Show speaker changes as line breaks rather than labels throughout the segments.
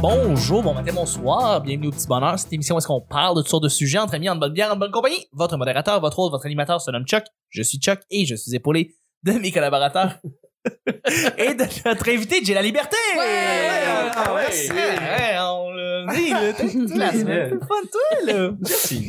Bonjour, bon matin, bonsoir, bienvenue au Petit Bonheur, cette émission où est-ce qu'on parle de toutes sortes de sujets entre amis, en bonne bière, en bonne compagnie. Votre modérateur, votre hôte, votre animateur se nomme Chuck, je suis Chuck et je suis épaulé de mes collaborateurs et de notre invité, J'ai la liberté!
Ouais! Ah ouais!
Ouais, on l'a dit, là, toute la semaine, c'est le fun, toi, là!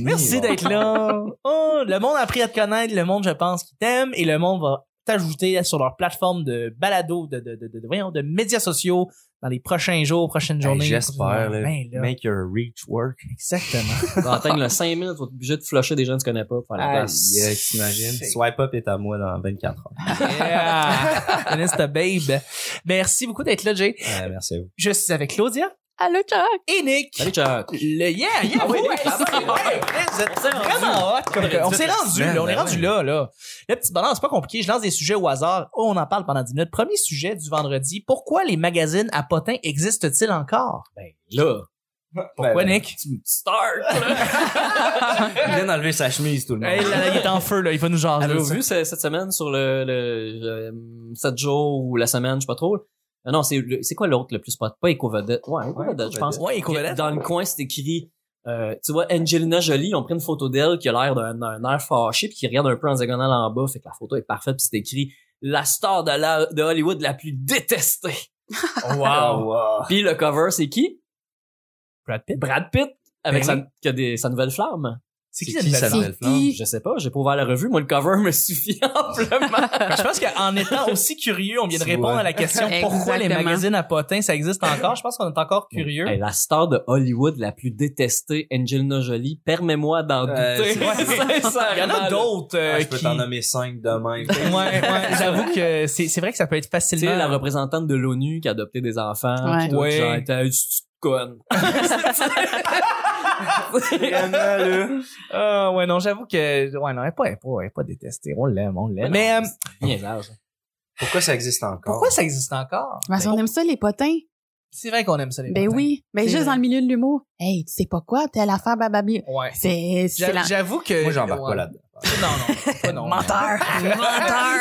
Merci d'être là. Oh, le monde a appris à te connaître, le monde, je pense, qui t'aime et le monde va t'ajouter sur leur plateforme de balado, de, de, de, de, de- voyons, de médias sociaux dans les prochains jours, prochaines
Hey,
journées.
J'espère, là.
Ben, là,
Make your reach work.
Exactement.
Dans atteindre le 5 minutes, tu vas être obligé de flusher des gens que tu connais pas pour faire la
Aïe.
place.
Yeah, t'imagines? Swipe up est à moi dans 24 heures.
Yeah. Connaisse ta babe. Merci beaucoup d'être là, Jay.
Ouais, Euh, merci à vous.
Je suis avec Claudia
Allô, Chuck!
et Nick.
Salut Chuck!
Le yeah, yeah,
Ah oui,
vous,
Nick,
ouais,
ah oui.
ouais, vous êtes
On s'est rendu.
vraiment hot. comme-
On aurait
on
dû
s'est
être
rendu,
semaine,
là, on est
ben
rendu
ouais.
là, là. Le petit bonheur, c'est pas compliqué. Je lance des sujets au hasard. Oh, on en parle pendant 10 minutes. Premier sujet du vendredi. Pourquoi les magazines à potins existent-ils encore?
Ben,
Là,
Quoi,
ben,
Nick?
tu me start!
Il vient d'enlever sa chemise, tout le
Hey,
monde.
là, là, il est en feu, là. Il va nous jaser.
Avez-vous vu ce- cette semaine sur le, le, 7 jours ou la semaine, je sais pas trop? Ah non, c'est le- c'est quoi l'autre le plus pot? Pas Ecovedette. Ouais, Ecovedette, je pense.
Ouais, Ecovedette.
Dans le coin, c'est écrit, euh, tu vois, Angelina Jolie, on prend une photo d'elle qui a l'air d'un d'un air fâché puis qui regarde un peu en diagonale en bas, fait que la photo est parfaite puis c'est écrit la star de, la- de Hollywood la plus détestée.
Oh, Wow. wow.
Puis le cover, c'est qui?
Brad Pitt?
Brad Pitt avec
Ben
sa,
oui.
qui a des, sa nouvelle flamme.
C'est qui,
C'est
cette
qui, ça,
nouvelle
dans
femme?
le flanc?
Je sais pas, j'ai pas ouvert la revue, moi le cover me suffit amplement.
Je pense qu'en étant aussi curieux, on vient de
Tu
répondre
vois.
à la question pourquoi les
Exactement.
magazines à potins, ça existe encore. Je pense qu'on est encore curieux.
Hey, la star de Hollywood la plus détestée, Angelina Jolie, permets-moi d'en
Euh,
douter.
c'est-
Sincèrement,
Il y en a
là.
d'autres euh,
Ah, je peux
qui...
t'en nommer 5 de même.
Ouais, ouais, j'avoue que c'est c'est vrai que ça peut être
Tu sais,
facilement...
la représentante de l'ONU qui a adopté des enfants.
Ouais.
qui doit
Ouais.
genre être, Hey, tu te connes.
Vraiment, là.
Ah ouais, non, j'avoue que... Ouais, non, elle est pas, elle est pas, elle est pas détestée. On l'aime, on l'aime. Mais euh,
Niaisage.
Pourquoi ça existe encore?
pourquoi ça existe encore? Ben,
Parce qu'on aime ça, les potins.
C'est vrai qu'on aime ça, oh. les
Ben
potins.
oui. Ben
C'est
juste
vrai. Ben,
dans le milieu de l'humour. Hey, tu sais pas quoi, telle affaire, bababi.
Ouais.
C'est, c'est
J'a-
la...
J'avoue que...
Moi, j'embarque
Ouais.
pas là-dedans.
Non, non, pas non.
Menteur!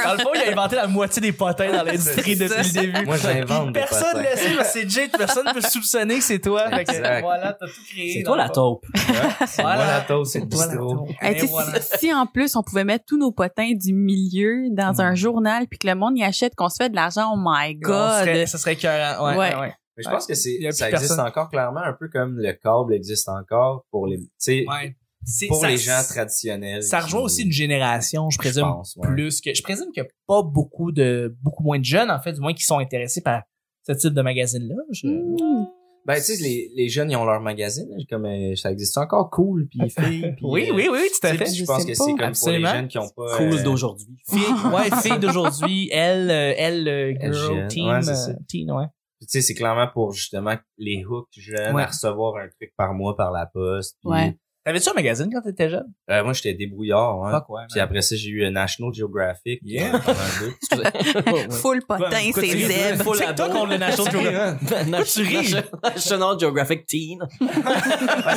Dans le fond, il a inventé la moitié des potins dans l'industrie depuis le début.
Moi, j'invente
Puis
des
personne
potins.
le sait, parce que c'est Jay, personne ne peut soupçonner que c'est toi. Fait que,
Exact.
voilà, t'as tout créé.
C'est
dans
toi
le
la
fond.
taupe.
C'est
Voilà.
moi la taupe, c'est le
Toi, la
bistrot.
taupe.
Hey,
Et
tu sais,
voilà.
si, si en plus on pouvait mettre tous nos potins du milieu dans
Mm.
un journal puis que le monde y achète, qu'on se fait de l'argent, oh my
On
god!
serait- Ça serait écœurant. Ouais, ouais.
Ouais.
ouais.
Mais je pense que
Il y a
c'est,
plus
ça existe
personne.
encore clairement, un peu comme le câble existe encore pour les, tu sais,
Ouais. C'est-
pour
ça-
les gens traditionnels.
Ça rejoint
qui-
aussi une génération, je présume,
pense, ouais.
plus que. Je présume qu'il n'y a pas beaucoup de. beaucoup moins de jeunes, en fait, du moins, qui sont intéressés par ce type de magazine-là. Je-
Mm.
Ben, tu sais, les, les jeunes, ils ont leur magazine, là, comme euh, ça existe encore cool, puis filles, puis...
Oui,
euh,
oui, oui, tout
tu
à
sais,
fait.
puis Je
je
pense
sais
que
pas.
c'est comme
Absolument.
pour les jeunes qui ont pas...
Cool
euh,
d'aujourd'hui.
Fille, ouais, fille d'aujourd'hui, elle, euh, elle, euh, girl,
Jeune,
teen,
ouais, c'est
euh,
ça.
teen, ouais.
Tu sais, c'est clairement pour justement les hooks jeunes
Ouais.
à recevoir un truc par mois par la poste. puis-
Ouais.
T'avais-tu un magazine quand t'étais jeune?
Euh, moi, j'étais débrouillard. Hein.
Fuck, ouais.
Puis après ça, j'ai eu euh, National Geographic.
Yeah.
euh, pendant un bout.
Full
Ben,
potin, c'est zèbre.
Faut la toi qu'on le National Geographic.
Pourquoi
tu ris?
National Geographic Teen.
Ouais,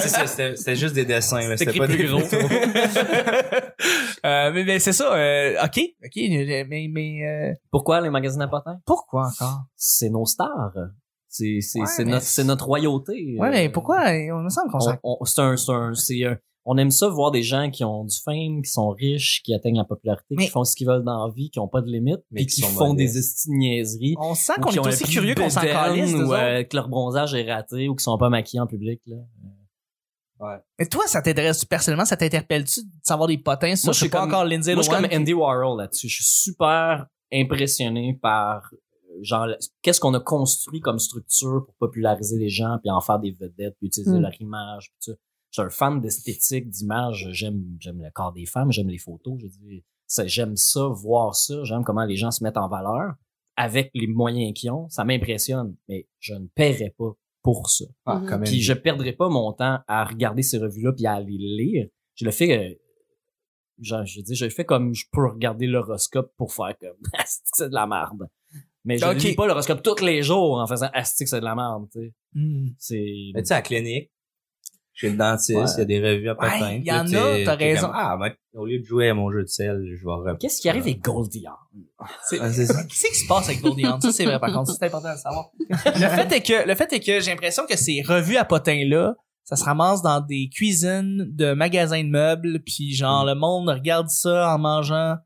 c'est ça, c'était c'était juste des dessins. là, C'était
écrit
pas
plus
des
gros.
Euh, mais mais c'est ça, euh, ok, ok, mais, mais euh,
Pourquoi les magazines importants?
pourquoi encore?
C'est nos stars. C'est c'est
Ouais,
c'est
mais
notre,
c'est-
c'est notre royauté.
Ouais,
Euh,
mais pourquoi? On me semble qu'on s'en...
on, on- c'est un, c'est un- c'est un- on aime ça voir des gens qui ont du fame, qui sont riches, qui atteignent la popularité,
Mais-
qui font ce qu'ils veulent dans la vie, qui ont pas de limite,
Mais
mais
qui
qui,
sont
font
modestes.
des esti de niaiseries.
On sent
ou
qu'on
qui
est
ont
aussi
un
curieux qu'on s'en
bédaine,
calisse, nous
ou
autres.
euh, que leur bronzage est raté ou qui sont pas maquillés en public. Là.
Mais toi, ça t'intéresse personnellement, ça t'interpelle-tu de savoir des potins sur,
Moi,
je
je
sais
suis
pas
comme-
encore Lindsay
Moi, je suis
Lohan?
comme Andy Warhol là-dessus. Je suis super impressionné par euh, genre qu'est-ce qu'on a construit comme structure pour populariser les gens puis en faire des vedettes puis utiliser
Mm.
leur image puis tout ça. Je suis un fan d'esthétique, d'image. J'aime j'aime le corps des femmes, j'aime les photos. Je dis ça, j'aime ça, voir ça. J'aime comment les gens se mettent en valeur avec les moyens qu'ils ont. Ça m'impressionne, mais je ne paierai pas pour ça.
Ah,
Mhm.
quand même.
Puis je perdrai pas mon temps à regarder ces revues-là puis à les lire. Je le fais, euh, genre, je dis, je le fais comme je peux regarder l'horoscope pour faire comme Asti que c'est de la merde. Mais je
Ok.
lis pas l'horoscope tous les jours en faisant Asti que c'est de la merde, tu sais.
Hmm.
C'est.
Mais tu sais, à la clinique, Chez le dentiste, il
Ouais.
y a des revues à patins.
Ouais, il y
Puis là,
en a,
t'es-
t'as
t'es
raison.
comme, ah, ben, au lieu de jouer à mon jeu de sel, je vais reprendre.
Qu'est-ce qui arrive avec Goldie Hawn?
Ah, c'est
Bah,
ça.
Qu'est-ce qui se passe avec Goldie Hawn? Ça, c'est vrai, par contre. C'est important de le savoir. Le fait est que, le fait est que j'ai l'impression que ces revues à potins-là, ça se ramasse dans des cuisines de magasins de meubles, puis genre,
Hmm.
le monde regarde ça en mangeant,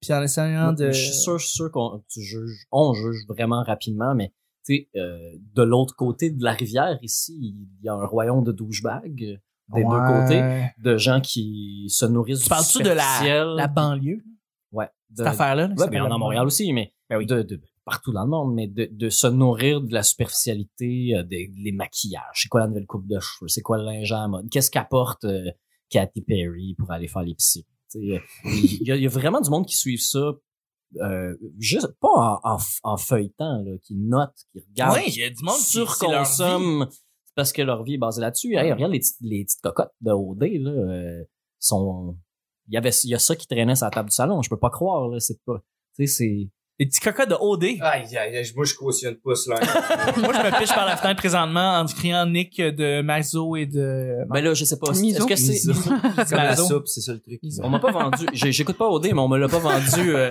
puis en essayant de...
Je suis sûr, je suis sûr qu'on tu juges, on juge vraiment rapidement, mais tu sais, euh, de l'autre côté de la rivière, ici, il y a un royaume de douchebags euh, des deux côtés, de gens qui se nourrissent
Tu
du
parles-tu de la-
superficiel,
La banlieue,
ouais, de-
cette affaire-là. là, qui
Euh, Ouais, ben,
s'appelle
mais en
la
Montréal aussi, mais de, de- partout dans le monde, mais de, de se nourrir de la superficialité, euh, des, les maquillages. C'est quoi la nouvelle coupe de cheveux? C'est quoi le linge à la mode? Qu'est-ce qu'apporte euh, Katy Perry pour aller faire les psy? Tu sais, euh, Il y, a- il y a vraiment du monde qui suit ça, euh, juste pas en, en, en feuilletant, là, qui note, qui regarde,
Oui, il y a du monde qui- c'est leur vie.
surconsomme parce que leur vie est basée là-dessus. Hey, regarde les, petites- les petites cocottes de OD, là, euh, sont... Il y avait, il y a ça qui traînait sur la table du salon. Je peux pas croire, là. C'est pas, tu sais, c'est...
Les petits cocas de OD.
Aïe, aïe, aïe, moi, je cautionne pas cela.
Moi, je me piche par la fenêtre présentement en criant Nick de Mazo et de...
Ben là, je sais pas.
Miso.
Est-ce que c'est...
C'est comme la
Mazo.
soupe, c'est ça le truc.
On m'a pas vendu. j'ai- J'écoute pas OD, mais on me l'a pas vendu. euh,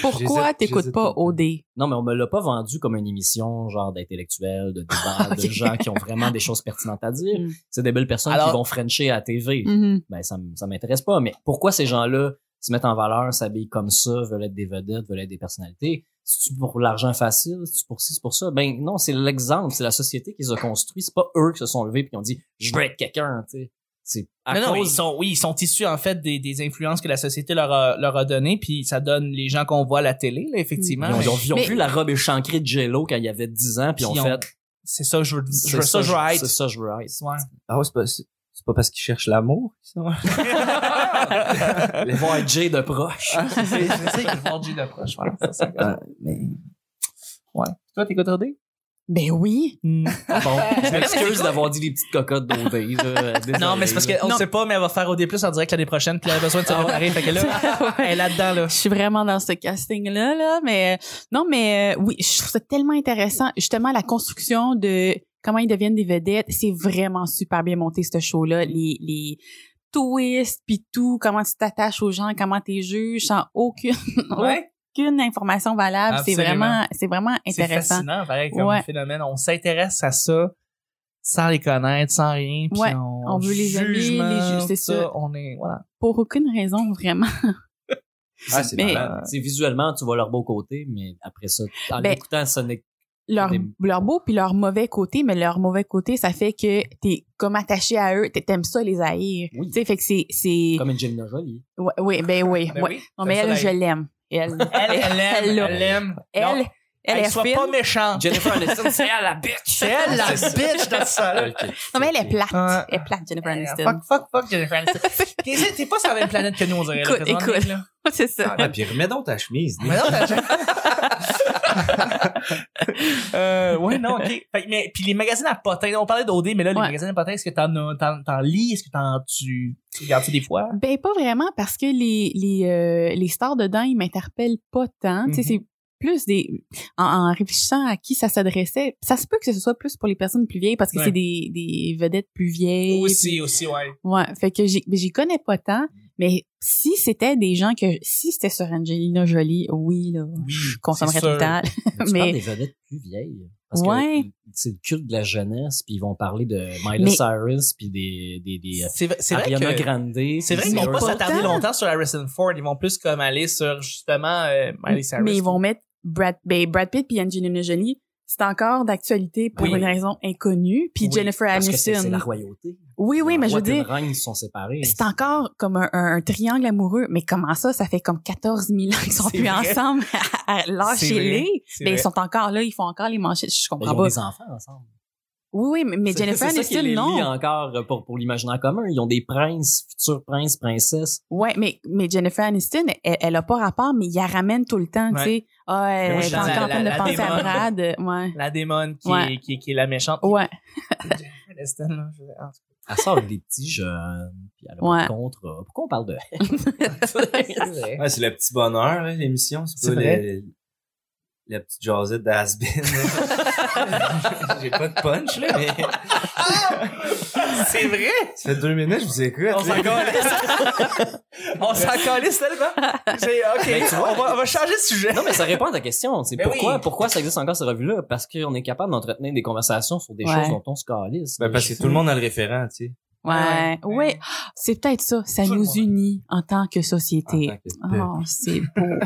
Pourquoi
J'hésite-
t'écoutes
j'hésite
pas
un peu.
OD?
Non, mais on me l'a pas vendu comme une émission genre d'intellectuels, de débat, de
Ok.
gens qui ont vraiment des choses pertinentes à dire.
Mm.
C'est des belles personnes
Alors-
qui vont frencher à la TV.
Mhm.
ben ça, m- ça m'intéresse pas. Mais pourquoi ces gens-là se mettent en valeur, s'habillent comme ça, veulent être des vedettes, veulent être des personnalités? C'est-tu pour l'argent facile? C'est-tu pour ci, c'est pour ça? Ben non, c'est l'exemple, c'est la société qui les a construits. C'est pas eux qui se sont levés puis qui ont dit « Je veux être quelqu'un », tu sais. C'est à
non, non, ils
cause...
sont, oui, ils sont issus en fait des, des influences que la société leur a, leur a données, puis ça donne les gens qu'on voit à la télé, là, effectivement.
ils ont, ils ont- ils ont
Mais-
vu la robe échancrée de Jello quand il avait 10 ans, puis ils ont
Puis ils ont-
fait
C'est ça, je veux, je
C'est
veux ça, je veux
C'est
être.
ça, je veux être.
Ouais.
Ah ouais, c'est pas, c'est c'est pas parce qu'ils cherchent l'amour. ça.
Allez voir Jay de proche.
c'est ça, ils vont G d'approche, voilà. c'est ça.
Ah, mais...
Ouais. Toi, t'es contrôlé?
Ben oui.
Bon, je m'excuse d'avoir dit les petites cocottes d'Odé. là. Désolé,
Non, mais c'est parce
là.
qu'on
Non.
sait pas, mais elle va faire au D+, en direct l'année prochaine, puis elle a besoin de se
Ah ouais.
préparer, fait que là, elle est là-dedans, là.
Je suis vraiment dans ce casting-là, là, mais euh, non, mais euh, oui, je trouve ça tellement intéressant. Justement, la construction de comment ils deviennent des vedettes, c'est vraiment super bien monté, ce show-là. Les, les twists, puis tout, comment tu t'attaches aux gens, comment tu les juges, sans aucune, aucune information valable. C'est
Absolument.
vraiment, c'est vraiment
C'est
intéressant.
fascinant, pareil, comme
Ouais.
phénomène. On s'intéresse à ça sans les connaître, sans rien, puis
Ouais.
on,
On veut les aimer, les ju-
jugement,
c'est
tout ça,
ça.
On est, voilà.
Pour aucune raison, vraiment.
Ah, c'est
Mais-
malade.
C'est visuellement, tu vois leur beau côté, mais après ça, en
Euh, Ben,
l'écoutant, ça n'est
Leur,
Des-
leur beau puis leur mauvais côté, mais leur mauvais côté, ça fait que t'es comme attaché à eux, t'es- t'aimes ça les haïr.
Oui.
Tu sais, fait que c'est, c'est,
comme une Gemina Jolie.
Ouais, oui, ben oui. ouais. Non, mais elle, je l'aime. Elle,
Elle, elle
Elle,
l'aime.
là.
Elle l'aime.
elle,
Non,
elle est
soit
fine.
pas méchante.
Jennifer Aniston, c'est elle la bitch!
C'est elle la
C'est ça.
bitch dans ça. là.
Ah.
Non, mais elle est plate.
Ouais.
Elle est plate, Jennifer Aniston.
Fuck, fuck, fuck, Jennifer Aniston. T'es- T'es pas sur la même planète que nous, on dirait. là,
Écoute,
présentement,
écoute.
là.
C'est ça.
Ah, ben, puis remets donc ta chemise. Nick.
Mais non, t'as- euh, ouais, non, ok. Fait que, mais, puis les magazines à potins, on parlait d'OD, mais là, les
Ouais.
magazines à potins, est-ce que t'en, as- t'en, t'en lis? Est-ce que t'en, tu, tu regardes-tu des fois?
Ben, pas vraiment, parce que les, les, euh, les stars dedans, ils m'interpellent pas tant.
Mhm.
Tu sais, c'est plus des. En, en réfléchissant à qui ça s'adressait, ça se peut que ce soit plus pour les personnes plus vieilles, parce que
Ouais.
c'est des, des vedettes plus vieilles.
aussi, aussi, ouais.
Ouais, fait que j'y j'y connais pas tant, mais si c'était des gens que si c'était sur Angelina Jolie, oui là, je consommerais tout
Hmm, sûr.
le temps.
Mais tu
Mais-
parles des vedettes plus vieilles. Parce
Ouais.
que c'est le culte de la jeunesse, puis ils vont parler de Miley
Mais-
Cyrus, puis des, des, des euh,
C'est,
ah,
c'est vrai
Ariana
que...
Grande.
C'est vrai
puis
qu'ils vont pas
Taylor-
Pourtant-
s'attarder longtemps sur Harrison Ford. Ils vont plus comme aller sur justement euh, Miley Cyrus.
Mais ils vont mettre Brad, ben, Brad Pitt puis Angelina Jolie. C'est encore d'actualité pour
Oui.
une raison inconnue. Puis
Oui,
Jennifer
Parce que c'est c'est la
Aniston.
royauté.
Oui, oui, mais je veux
Les
dire,
rois et les reines sont séparés.
c'est encore comme un, un- un triangle amoureux. Mais comment ça? Ça fait comme 14 000 ans qu'ils sont
C'est
plus
vrai.
ensemble. À- à- Lâchez-les.
C'est
Mais ils
vrai.
sont encore là, ils font encore les manchettes. Je
Mais
comprends
Ben, ils ont
pas.
des enfants ensemble.
Oui, oui, mais, mais
C'est-
Jennifer
c'est ça qui
Aniston,
les lie
non.
encore euh, pour, pour l'imaginaire commun. Ils ont des princes, futurs princes, princesses.
Ouais, mais, mais Jennifer Aniston, elle, elle a pas rapport, mais il la ramène tout le temps,
Ouais.
tu sais. Ah, elle
Ben, moi, je
est
suis
encore
dans la-
en train
la-
de
la
penser à
démon.
Brad. Ouais.
La démon qui,
Ouais. Oh.
est, qui, est- qui est la méchante.
Ouais.
Leston, là, je- en tout
Elle sort avec des petits jeunes, puis elle a
Ouais.
pas de contrat. Pourquoi on parle de
cas, c'est vrai.
Ouais, c'est le petit bonheur, hein, l'émission. C'est
C'est
pas
vrai.
les- la petite jasette d'Asbin. J'ai pas de punch, là, mais
C'est vrai!
ça fait deux minutes, je vous écoute.
On s'en
là.
calisse. on s'en calisse tellement. C'est, ok, on va, on va changer de sujet.
Non, mais ça répond à ta question. C'est
Ben
pourquoi,
oui.
pourquoi ça existe encore ces revues-là? Parce qu'on est capable d'entretenir des conversations sur des
Ouais.
choses dont on se calisse.
Ben, parce que tout le monde a le référent, tu sais.
Ouais,
Ouais.
ouais. C'est peut-être ça. Ça
Tout le
nous
monde.
unit en tant que
en
société.
tant que peuple.
Oh, c'est beau.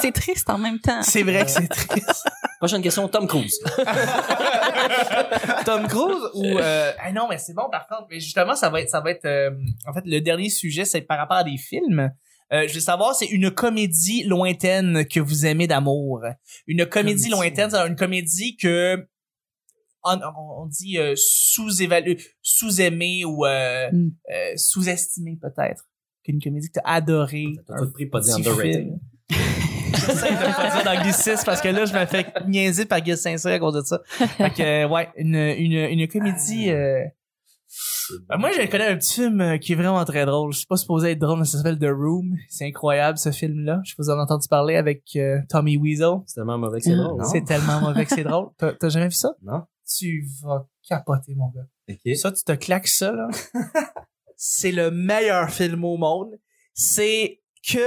c'est triste en même temps.
C'est vrai que c'est triste.
Prochaine question, Tom Cruise.
Tom Cruise ou euh, ah non mais c'est bon par contre mais justement ça va être ça va être euh, en fait le dernier sujet c'est par rapport à des films. Euh, je veux savoir c'est une comédie lointaine que vous aimez d'amour. Une comédie,
Comédie.
lointaine c'est une comédie que on, on- on dit euh, sous-évaluée, sous-aimée ou euh,
Mm.
euh, sous-estimée peut-être qu'une comédie que t'as adorée.
T'as tout pris, pas dit
petit
underrated.
film. J'essaie de pas dire d'anglicisme parce que là, je me fais niaiser par Guy Saint-Cyr à cause de ça. Fait que, euh, ouais, une, une, une comédie... euh, ben, moi, je connais un petit film euh, qui est vraiment très drôle. Je suis pas supposé être drôle, mais ça s'appelle The Room. C'est incroyable, ce film-là. Je sais pas si vous en avez entendu parler avec euh, Tommy Weasel.
C'est tellement mauvais que
Mm.
c'est drôle.
Non.
C'est tellement mauvais que c'est drôle. T'as t'as jamais vu ça?
Non?
Tu vas capoter, mon gars.
Ok.
Ça, tu te claques ça, là. c'est le meilleur film au monde. C'est que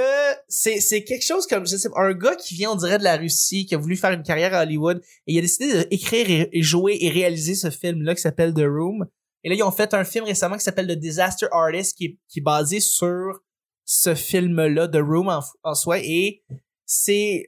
c'est c'est quelque chose comme je sais pas, un gars qui vient on dirait de la Russie qui a voulu faire une carrière à Hollywood et il a décidé d'écrire et, et jouer et réaliser ce film là qui s'appelle The Room et là ils ont fait un film récemment qui s'appelle The Disaster Artist qui est, qui est basé sur ce film là The Room en, en soi et c'est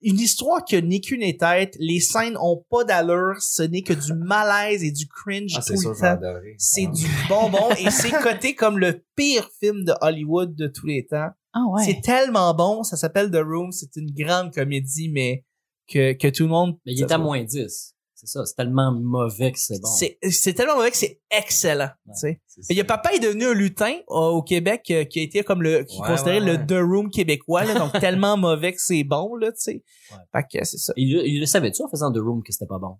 une histoire qui a ni queue ni tête les scènes ont pas d'allure ce n'est que du malaise et du cringe
Ah,
tout
c'est sûr,
le
je
temps
vais adorer. Ah,
c'est
Ouais.
du bonbon et c'est coté comme le pire film de Hollywood de tous les temps.
Ah
C'est
ouais.
tellement bon, ça s'appelle The Room, c'est une grande comédie, mais que, que tout le monde...
Mais il est à moins 10. C'est ça, c'est tellement mauvais que c'est bon.
C'est c'est tellement mauvais que c'est excellent.
Ouais.
tu sais.
C'est ça.
Il y a Papa est devenu un lutin euh, au Québec euh, qui a été comme le qui est
Ouais,
considéré
ouais,
le
ouais.
The Room québécois, là, donc tellement mauvais que c'est bon là, tu sais.
Ouais.
Fait que c'est ça.
Il, il le savait-tu en faisant The Room que c'était pas bon?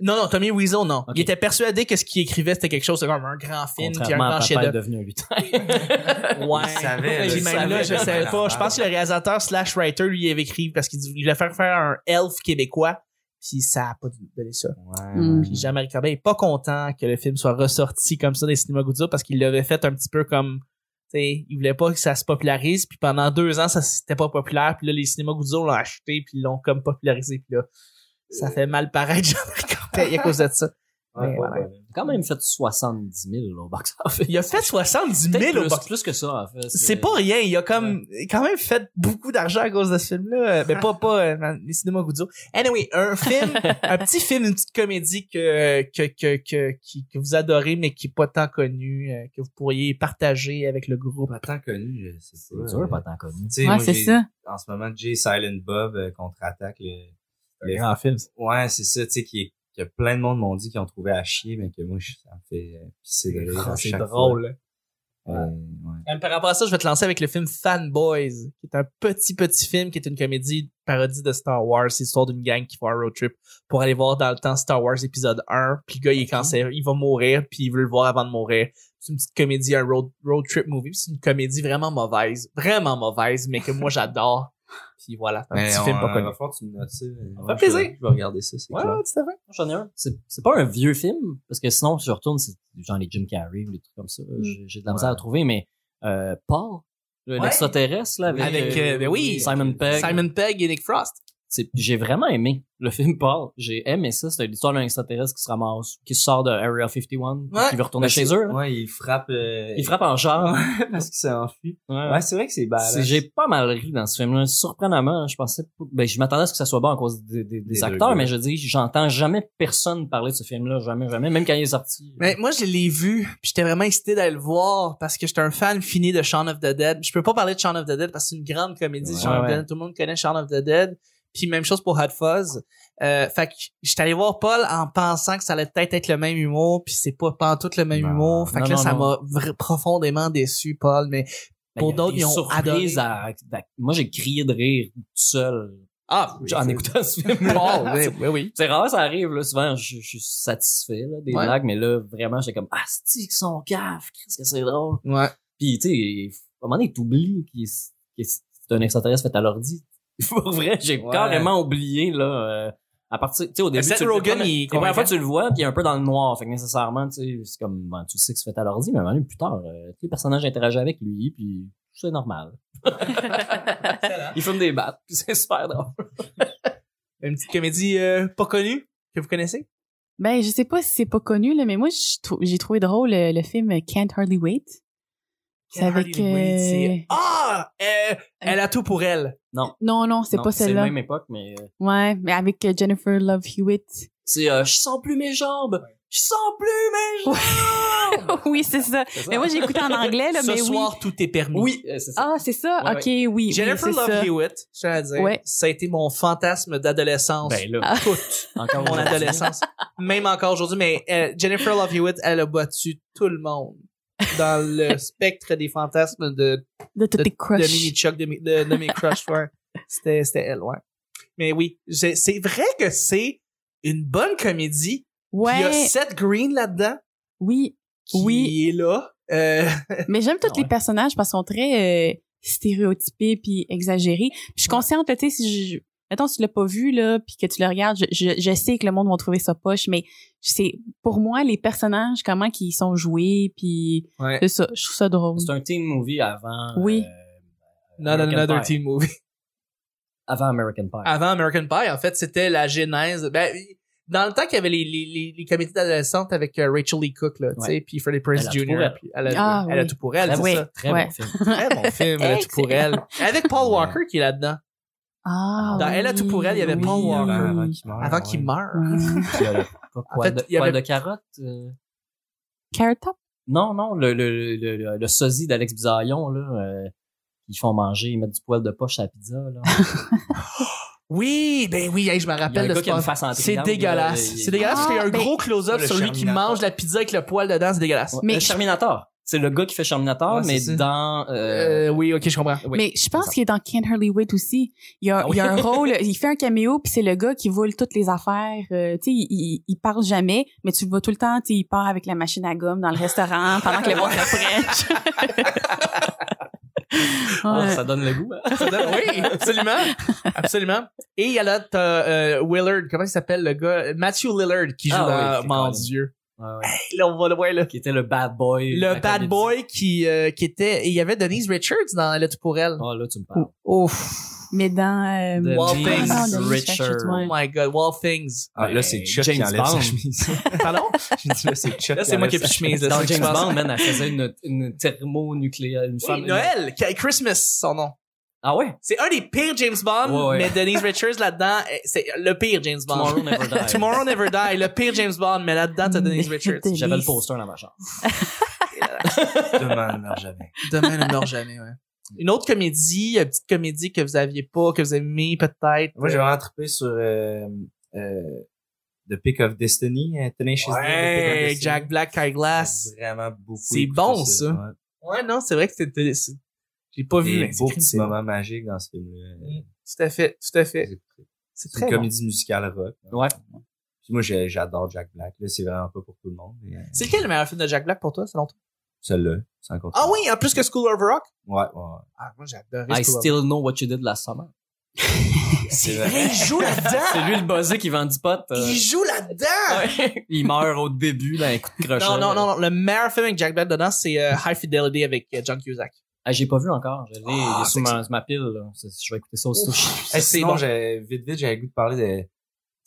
Non non, Tommy Wiseau non,
Ok.
il était persuadé que ce qu'il écrivait c'était quelque chose de comme un grand film, puis un
Contrairement
grand
à
chef
Papa est devenu un lutin.
Ouais.
Il savait,
Puis
il
même
savait
là, je
que
savais
c'était
pas.
la
Je pense
merde.
que le réalisateur slash writer lui il avait écrit parce qu'il voulait faire faire un elf québécois. Puis ça a pas donné ça.
Ouais.
Mm.
Puis Jean-Marie Corbet est pas content que le film soit ressorti comme ça des cinémas Goudzio parce qu'il l'avait fait un petit peu comme tu sais, il voulait pas que ça se popularise puis pendant deux ans ça c'était pas populaire puis là les cinémas Goudzio l'ont acheté puis ils l'ont comme popularisé puis là ça fait mal paraître Jean-Marie Corbet à cause de ça.
Ouais,
Mais
ouais,
voilà.
ouais.
Il a quand même fait 70 000 au box-office.
Il a fait 70
Peut-être
000 au
plus,
box
plus que ça, en fait.
c'est pas rien. Il a comme quand même fait beaucoup d'argent à cause de ce film-là. Euh, Mais pas pas euh, dans les cinémas Goudzio. Anyway, un film, un petit film, une petite comédie que que que que, qui- que vous adorez mais qui est pas tant connue, euh, que vous pourriez partager avec le groupe.
Pas tant connu, je sais pas.
C'est dur, pas tant connu.
Tu sais,
Ouais,
moi,
c'est
j'ai-
ça.
En ce moment, Jay Silent Bob euh, contre-attaque le, le
grand film.
Ouais, c'est ça, tu sais, qui est- que plein de monde m'ont dit qu'ils ont trouvé à chier, mais que moi, je- ça me fait euh, pisser de rire à
c'est
chaque
drôle.
fois. Euh, ouais.
Euh, Par rapport à ça, je vais te lancer avec le film Fanboys, qui est un petit petit film qui est une comédie parodie de Star Wars. C'est l'histoire d'une gang qui fait un road trip pour aller voir dans le temps Star Wars épisode 1. Puis le gars, il est cancer, il va mourir, puis il veut le voir avant de mourir. C'est une petite comédie, un road, road trip movie. puis C'est une comédie vraiment mauvaise, vraiment mauvaise, mais que moi j'adore. Puis voilà, un
Mais
petit
on-
film pas
euh,
connu.
va falloir que tu me notes ça.
fait
Ah
Ouais,
plaisir.
Je vais, je vais regarder ça, c'est clair.
tout à fait.
J'en ai un. C'est c'est pas un vieux film, parce que sinon, je retourne, c'est genre les Jim Carrey ou des trucs comme ça. J'ai- J'ai de la misère à trouver, mais euh, Paul,
Mm. Ouais.
l'extraterrestre, là, avec,
Avec,
euh,
euh, ben oui.
Simon Pegg.
Simon Pegg et Nick Frost.
C'est- J'ai vraiment aimé le film Paul. J'ai aimé ça. C'est l'histoire d'un extraterrestre qui se ramasse, qui sort de Area 51, puis
Ouais.
qui veut retourner
Mais
chez
c'est-
eux. là.
Ouais, il frappe. euh,
Il frappe en genre.
Ouais, parce qu'il s'est enfui. Ouais, c'est vrai que c'est badass.
C'est- J'ai pas mal ri dans ce film-là. Surprenamment, je pensais, pas- ben, je m'attendais à ce que ça soit bon à cause des, des- des
Des deux
acteurs,
gars.
mais je dis, j'entends jamais personne parler de ce film-là, jamais, jamais, même quand il est sorti.
Mais moi, je l'ai vu, puis j'étais vraiment excité d'aller le voir parce que j'étais un fan fini de Shaun of the Dead. Je peux pas parler de Shaun of the Dead parce que c'est une grande comédie.
Ouais,
Shaun of the
ouais.
Dead, tout le monde connaît Shaun of the Dead. Puis même chose pour Hot Fuzz. Euh, fait que j'étais allé voir Paul en pensant que ça allait peut-être être le même humour, puis c'est pas pas en tout le même
Non.
humour. Fait que
Bah, Non,
là,
non,
ça
non.
m'a vra- profondément déçu, Paul. Mais
Ben,
pour
il y a
d'autres,
des
ils ont
surprises
adoré.
à- à- moi, j'ai crié de rire tout seul.
Ah,
en
j'en ai
écoutant ce film.
Paul, oui, oui, oui.
C'est rare, ça arrive, là. Souvent, je, je suis satisfait, là, des
Ouais.
blagues, mais là, vraiment, j'étais comme, ah, c'est qu'ils sont caves, qu'est-ce que c'est drôle.
Ouais.
Puis, tu sais, à un moment donné, t'oublies qu'il- que c'est un extraterrestre fait à l'ordi. Pour vrai, j'ai
Ouais.
carrément oublié, là. euh, à partir, tu sais, au début.
Seth
tu le-
Rogen,
la-
il est
La première
convaincant.
fois, tu le vois, puis il est un peu dans le noir. Fait que nécessairement, tu sais, c'est comme, ben, tu sais que c'est fait à l'ordi, mais à un moment donné, plus tard, euh, tous les personnages interagissent avec lui, puis c'est normal. Il fume des battes, puis c'est super drôle.
Une petite comédie euh, pas connue que vous connaissez?
Ben, je sais pas si c'est pas connu, là, mais moi, je trou- j'ai trouvé drôle euh, le, film Can't Hardly Wait. C'est avec...
Harley Quinn,
euh,
c'est- Ah! Euh, elle a tout pour elle.
Non, non, c'est
Non,
pas
C'est la
celle-là.
même époque, mais. euh,
Ouais, mais avec euh, Jennifer Love Hewitt.
C'est, euh, je sens plus mes jambes! Je sens plus mes jambes!
oui, c'est ça.
C'est ça?
Mais moi, j'ai écouté en anglais, là,
Oh! Ce
mais
soir,
oui.
tout est permis.
Oui, euh, c'est ça.
Ah, c'est ça?
Ouais,
ok, oui.
Jennifer
oui, c'est
Love
ça.
Hewitt, je tiens à dire,
Ouais.
ça a été mon fantasme d'adolescence.
Ben là,
Ah.
Toute
encore
mon
aujourd'hui.
adolescence. Même encore aujourd'hui, mais euh, Jennifer Love Hewitt, elle a battu tout le monde dans le spectre des fantasmes de,
De toutes tes
de
crushs.
mini-chuck, de, mes- de, de mes crushs. ouais. C'était c'était elle, ouais. Mais oui, j'ai- c'est vrai que c'est une bonne comédie. Puis Il y a
Ouais,
Seth Green là-dedans
oui.
qui
Oui.
est là. Euh,
Mais j'aime tous
Ouais.
les personnages parce qu'ils sont très euh, stéréotypés puis exagérés. Puis je suis consciente, là, tu sais, si je... Mettons, si tu l'as pas vu, là, puis que tu le regardes, je, je, je sais que le monde va trouver ça poche, mais c'est pour moi, les personnages, comment qu'ils sont joués, puis
Ouais.
c'est ça, je trouve ça drôle.
C'est un teen movie avant.
Oui.
euh,
Not
American
another
Pie.
teen movie.
avant American Pie.
Avant American Pie, en fait, c'était la genèse. Ben, dans le temps qu'il y avait les, les, les, les comédies d'adolescentes avec euh, Rachel Lee Cook, là, tu sais,
Ouais.
puis Freddie
Elle
Prinze
a tout pour
Jr.
elle.
puis Elle a,
Ah,
elle a
oui.
tout pour elle,
Très
c'est
oui.
ça.
Très
Ouais.
bon film.
Très bon film, Elle a tout pour elle. Avec Paul Walker qui est là-dedans.
Ah,
Dans Elle a tout pour elle, il y avait hein.
oui,
Paul
oui,
Walker
oui.
meure.
Avant qu'il meure.
Oui.
Puis, euh, pas
En
poil
fait,
de,
il y
poil
avait-
de carotte. euh,
Carrot Top?
Non, non, le, le, le, le, le sosie d'Alex Bisaillon, là. euh, ils font manger, ils mettent du poil de poche à la pizza, là.
Oui, ben oui, hey, je me
Il y a un
rappelle de
gars
ce
qui a une
spot.
face en
C'est
triangle,
dégueulasse.
là, il-
C'est dégueulasse parce qu'il y a un
Ah, ben-
gros close-up
Le
sur lui qui
Terminator.
mange la pizza avec le poil dedans, c'est dégueulasse.
Ouais,
Mais-
le Terminator. C'est le gars qui fait Terminator,
Ouais,
mais
c'est ça.
dans.
Euh,
euh,
oui, ok, je comprends.
oui.
Mais je pense qu'il est dans Ken Hurley Wait aussi. Il y a,
Ah oui.
il y a un rôle, il fait un caméo, puis c'est le gars qui vole toutes les affaires. euh, tu sais, il, il, il parle jamais, mais tu le vois tout le temps. Tu sais, il part avec la machine à gomme dans le restaurant pendant que le monde le prêche.
ah,
Ouais.
Ça donne le goût. hein.
Ça donne- oui, absolument. Absolument. Et il y a là, t'as, euh, Willard, comment il s'appelle le gars? Matthew Lillard qui joue
Ah oui,
dans-
c'est
mon
Colin.
dieu.
Ouais, ouais.
Et Là, on va le voir là.
Qui était le bad boy. de la
Le bad
comédie.
boy qui, euh, qui était, et il y avait Denise Richards dans Elle a tout pour elle.
Oh, là, tu me parles.
Ouf.
mais dans... euh,
The
Wall
James
Things.
Ah non, de Richard,
Richard.
Oh my god, Wall Things.
Ah, là, c'est Chuck
James
qui enlève sa
Bond.
chemise.
Pardon?
J'ai dit, là, c'est Chuck
Là, c'est moi qui ai
enlève
plus
sa
de chemise.
là,
Dans
c'est ce qui
James
se passe.
Bond, man, elle faisait une, une thermonucléaire, une femme.
Oui, Noël, qui- Christmas, son nom.
Ah ouais?
C'est un des pires James Bond,
Ouais, ouais.
mais Denise Richards là-dedans, eh, c'est le pire James Bond.
Tomorrow Never Dies.
Tomorrow Never Die, le pire James Bond, mais là-dedans, t'as Denise
Mais
Richards.
t'es-
J'avais le poster dans ma chambre.
Demain, ne meurt jamais.
Demain ne meurt jamais, ouais. Une autre comédie, une petite comédie que vous aviez pas, que vous aimez peut-être.
Moi, j'ai vraiment trippé sur euh, euh, The Pick of Destiny, euh, Tenacious D, The Pick of
Ouais,
Destiny.
euh, Jack Black, Kai Glass.
J'ai Vraiment beaucoup.
C'est
écouté
bon, ça.
Ouais.
Ouais, non, c'est vrai que c'était... c'est- J'ai pas vu,
Des
mais c'est
beaux
crime,
petits
c'est bon.
moments magiques dans ce film-là.
Mm, Tout à fait, tout à fait.
C'est
C'est
une
très bon.
comédie musicale rock.
Ouais.
Puis moi, j'ai- j'adore Jack Black. Là, c'est vraiment pas pour tout le monde. mais, euh,
C'est quel le meilleur film de Jack Black pour toi, selon toi?
Celle-là, c'est encore.
Ah oui, en plus que School of Rock?
Ouais, ouais, ouais.
Ah, moi, j'adore
I still know what you did last summer.
C'est
vrai.
vrai, il joue
C'est
là-dedans!
lui le buzzé qui vend du pot. euh,
Il joue là-dedans!
ouais. Il meurt au début, là, un coup de crochet.
Non, non,
euh,
non, non. Le meilleur film avec Jack Black dedans, c'est euh, High Fidelity avec euh, John Cusack.
Eh,
Ah, j'ai pas vu encore. Je l'ai, il est
Ah,
sur ma, sur ma pile, là. C'est- Je vais écouter ça aussi.
Eh,
Eh,
c'est
sinon,
bon.
j'ai vite, vite, j'avais le goût de parler de.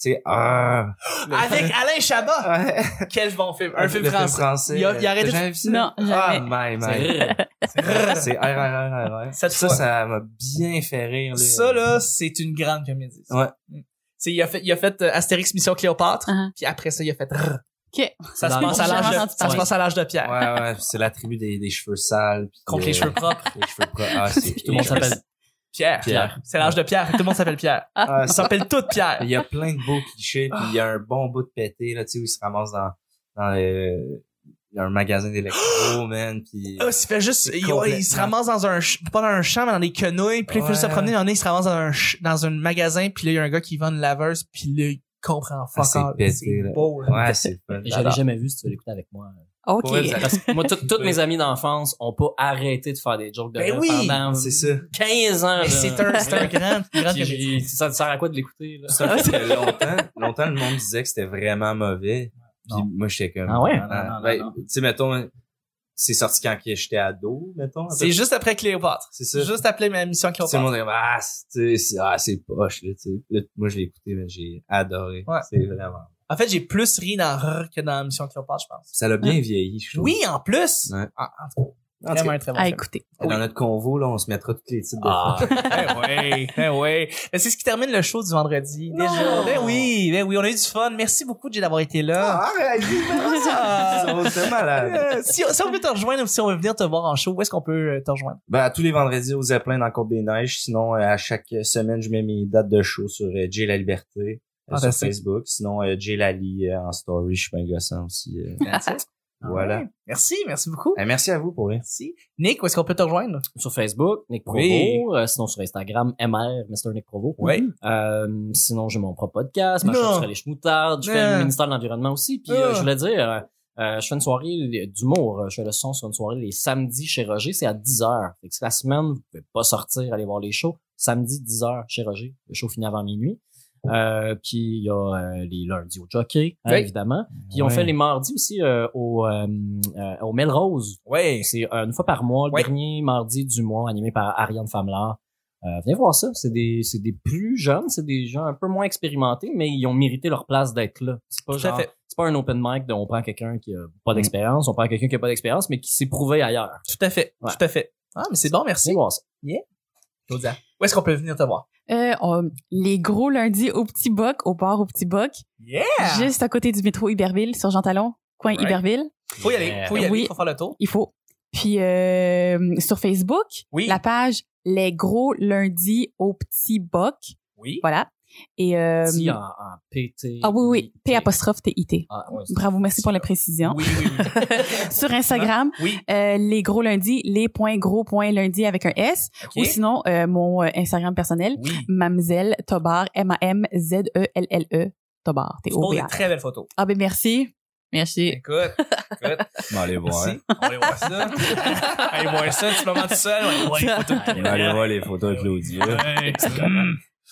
Tu sais, ah.
Avec Alain Chabat!
Ouais.
Quel bon film! Un
Le
film français.
français.
Il a- il a arrêté
T'as
de-
jamais vu ça?
Non,
Ah,
jamais.
my, my.
C'est-
C'est R, R, R, R, R.
Cette
Ça,
fois.
ça m'a bien fait rire. Là.
Ça, là, c'est une grande comédie. ça.
euh, Ouais.
Mm. C'est, il a fait, il a fait euh, Astérix Mission Cléopâtre,
Uh-huh.
puis après ça, il a fait Rrr.
Ok.
Ça se
Dans-
passe à
J'ai
l'âge de,
entendu
ça se
parler.
passe à l'âge de Pierre.
Ouais, ouais, c'est la tribu des, des cheveux sales. Puis
Contre
euh,
les cheveux propres.
Les cheveux propres. Ah, c'est
Tout le monde s'appelle.
Pierre.
Pierre.
C'est l'âge de Pierre. Tout le monde s'appelle Pierre.
Ah,
Ils
ça-
s'appellent tous Pierre.
Il y a plein de beaux clichés, puis il y a un bon bout de pété, là, tu sais, où il se ramasse dans, dans le, il y a un magasin d'électro, man, puis
Ah, il fait juste,
C'est
il,
complètement-
il se ramasse dans un, ch- pas dans un champ, mais dans des quenouilles, puis là, il fait juste se
Ouais.
promener, dans il se ramasse dans un, ch- dans un magasin, puis là, il y a un gars qui vend une laveuse, puis là, il comprend fuck
Ah, c'est
all.
pété,
C'est
là.
beau, là.
ouais, c'est le fun.
Je l'ai jamais vu si tu veux l'écouter avec moi.
OK.
Pour vrai, vous allez-
Parce que moi, tout- toutes mes amis d'enfance ont pas arrêté de faire des jokes de
Ben
rap
oui,
pendant
C'est ça.
15 ans.
Mais
là.
C'est un, c'est un grand, grand
Puis
comédien.
j'ai- ça te sert à quoi de l'écouter? là?
Ça fait que longtemps, longtemps, le monde disait que c'était vraiment mauvais. Puis
Non.
moi, j'étais comme.
Ah ouais?
Ah,
Non, non, non,
ben,
non.
Tu sais, mettons, c'est sorti quand que j'étais ado, mettons. à peu
C'est juste après Cléopâtre.
C'est ça.
C'est juste après ma mission
Tout le
Cléopâtre.
monde est comme, ah, c'est- tu sais, c'est ah, c'est poche, là, tu sais. Là, Moi, je l'ai écouté, mais j'ai adoré.
Ouais.
C'est vraiment.
En fait, j'ai plus ri dans Rrr que dans la mission Cléopâtre, je pense.
Ça l'a bien vieilli, je trouve.
Oui, en plus.
Ouais.
Ah, en tout cas,
En tout cas,
vraiment un très bon
à
film.
écouter.
dans notre convo, là, on se mettra tous les types de
Ah.
Ben oui, ben oui. Ben, c'est ce qui termine le show du vendredi. Déjà. Ben oui, ben oui, on a eu du fun. Merci beaucoup, Jay, d'avoir été là.
Ah, arrête, ils font Ah, ça. Ils sont malades.
Euh, si, si on peut te rejoindre ou si on veut venir te voir en show, où est-ce qu'on peut euh, te rejoindre?
Ben, tous les vendredis aux Zeppelin dans Côte des Neiges. Sinon, euh, à chaque semaine, je mets mes dates de show sur euh, Jay La Liberté euh, sur
Fantastique.
Facebook. Sinon, euh, Jay Lali euh, en story, je suis bien gossant aussi. euh.
Ah,
voilà.
Ah Ouais. Merci, merci beaucoup.
Eh, merci à vous pour rien.
Merci. Nick, où est-ce qu'on peut te rejoindre?
Sur Facebook, Nick Provo.
Oui.
euh, sinon, sur Instagram, MR, Mr. Nick Provo.
Oui.
Mm-hmm.
Euh, sinon, j'ai mon propre podcast, ma
Non.
chaîne sur les chemoutards, je fais
Non.
le ministère de l'Environnement aussi. Puis
Ah.
euh, je voulais dire, euh, euh, je fais une soirée d'humour, euh, je fais le son sur une soirée les samedis chez Roger, c'est à 10h. Fait que c'est la semaine, vous pouvez pas sortir, aller voir les shows. Samedi, 10h chez Roger, le show finit avant minuit. Euh, puis il y a euh, les lundis au jockey, hein,
Oui.
évidemment. Puis on
Ouais.
fait les mardis aussi euh, au, euh, euh, au Melrose.
Oui.
C'est euh, une fois par mois, le
Ouais.
dernier mardi du mois, animé par Ariane Famelard. Euh, venez voir ça. C'est des, c'est des plus jeunes, c'est des gens un peu moins expérimentés, mais ils ont mérité leur place d'être là. C'est pas
Tout à
genre,
fait. Mm.
c'est pas un open mic de on prend quelqu'un qui a pas d'expérience, on prend quelqu'un qui a pas d'expérience, mais qui s'est prouvé ailleurs.
Tout à fait.
Ouais.
Tout à fait. Ah, mais c'est bon, merci.
Venez voir ça.
Claudia. Où est-ce qu'on peut venir te voir?
Euh, on- les gros lundis au Petit Boc, au bar au Petit Boc,
Yeah!
juste à côté du métro Iberville, sur Jean Talon, coin
Right.
Iberville.
Faut y
Eh.
aller. Faut y aller.
Oui.
Faut faire le tour.
Il faut. Puis euh, sur Facebook,
Oui.
la page Les gros lundis au Petit Boc.
Oui.
Voilà. Et euh,
Petit en, en PT.
ah oui oui, P
T.
apostrophe T I T.
Ah, ouais, c'est-
Bravo, merci pour la précision.
Oui, oui, oui.
Sur Instagram,
Oui.
euh, les gros lundis, les points gros points lundi avec un S.
OK.
Ou sinon, euh, mon euh, Instagram personnel,
Oui.
Mamzelle Tobar, E M-A-M-Z-E-L-L-E, Tobar,
Tu poses des
T-O-B-A.
très belles photos.
Ah ben merci. Merci.
Écoute, écoute,
Bon, allez voir.
merci. On va voir ça. Allez voir ça, tu moment tout seul. On va aller voir les photos.
hein. Allez voir les photos avec Claudia.
Ouais.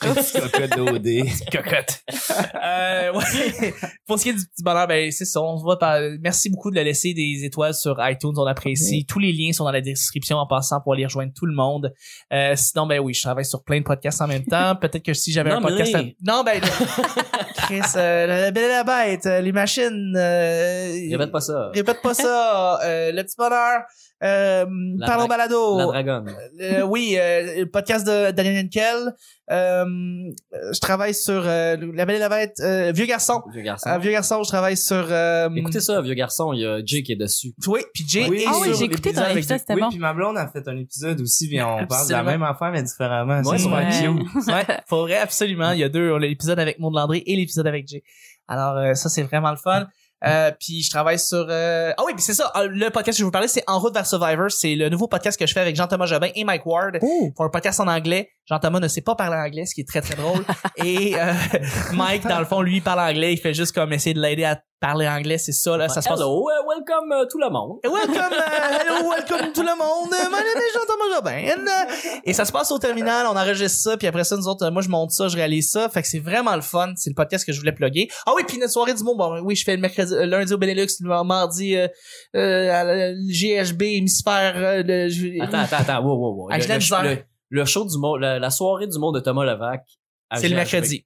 Petit cocotte d'OD.
hmm, cocotte. Euh, ouais. Pour ce qui est du petit bonheur, ben c'est ça. On se voit par. Merci beaucoup de le laisser des étoiles sur iTunes. On apprécie. Tous les liens sont dans la description en passant pour aller rejoindre tout le monde. Euh, sinon, ben oui, je travaille sur plein de podcasts en même temps. Peut-être que si j'avais un
Non, mais
podcast, à-
oui.
non ben Chris, euh, la belle et la bête, euh, les machines. Euh...
Répète pas ça.
Répète pas ça. Euh, le petit bonheur. Euh,
La
parlons
dra-
balado.
La dragonne.
Euh, oui, euh, le podcast de Daniel Henkel. Euh, euh, je travaille sur euh, La Belle et la Bête, euh, Vieux Garçon.
Vieux garçon.
Euh, vieux Garçon, je travaille sur... Euh,
Écoutez ça, vieux garçon, il y a Jay qui est dessus.
Oui, puis Jay.
Oui.
et
Ah oui,
sur
j'ai écouté ton
l'épisode avec-
épisode, c'était
oui,
bon.
puis ma blonde a fait un épisode aussi, puis on parle de
Absolument.
la même affaire, mais différemment.
Ouais,
c'est super
ouais.
cute.
Ouais, pour vrai, absolument. Il y a deux, l'épisode avec Maud Landry et l'épisode avec Jay. Alors, euh, ça, c'est vraiment le fun. Euh, puis je travaille sur... euh, Ah oui, puis c'est ça, euh, le podcast que je vous parlais, c'est En route vers Survivor. C'est le nouveau podcast que je fais avec Jean-Thomas Jobin et Mike Ward. Pour un podcast en anglais, Jean-Thomas ne sait pas parler anglais, ce qui est très, très drôle. et euh, Mike, dans le fond, lui, il parle anglais. Il fait juste comme essayer de l'aider à parler anglais. C'est ça, là, ça se passe...
Hello, euh, welcome euh, tout le monde.
Welcome, euh, hello, welcome tout le monde. Euh, My name is Jean-Thomas Jobin. And, euh, Et ça se passe au terminal, on enregistre ça, puis après ça, nous autres, euh, moi, je monte ça, je réalise ça. Fait que c'est vraiment le fun. C'est le podcast que je voulais plugger. Ah oui, puis notre soirée du monde, bon, oui, je fais le mercredi, euh, lundi au Benelux, le mardi euh, euh, à la- le GHB, hémisphère. euh, le- je-
Attends, attends, attends, wow, wow, wow.
Ah,
Le-
je l'ai dit, hein.
le, le, le show du monde, la, la soirée du monde de Thomas Levac. à
c'est le
GHB.
mercredi.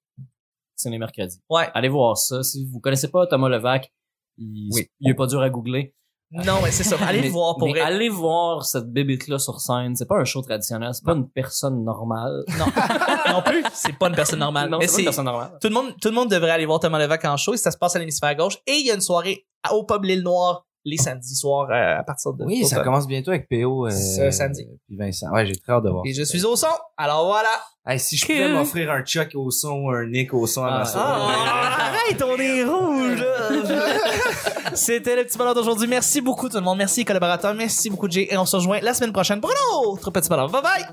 C'est le mercredi.
Ouais.
Allez voir ça. Si vous connaissez pas Thomas Levac, il,
Oui.
il est pas dur à googler.
Non, mais c'est ça. Allez
Mais-
le voir pour
mais
vrai.
Allez voir cette bébite-là sur scène. C'est pas un show traditionnel. C'est pas une personne normale.
Non. non plus, c'est pas une personne normale.
Non,
mais
c'est pas une personne normale.
tout le monde, tout le monde devrait aller voir Thomas Levac en show. Et ça se passe à l'hémisphère gauche. Et il y a une soirée à- au pub L'île Noire les samedis soirs euh, à partir de.
Oui,
au
ça
pub.
commence bientôt avec PO. Euh,
Ce samedi.
Puis Vincent. Ouais, j'ai très hâte de voir.
Et je suis au son. Alors voilà.
Hey, si je
Que-
pouvais m'offrir un Chuck au son ou un Nick au son à ma
E. Ah.
soirée.
arrête, on est rouge. là. C'était le petit bonheur d'aujourd'hui. Merci beaucoup tout le monde. Merci les collaborateurs. Merci beaucoup Jay. Et on se rejoint la semaine prochaine pour un autre petit bonheur. Bye bye.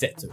Têteux.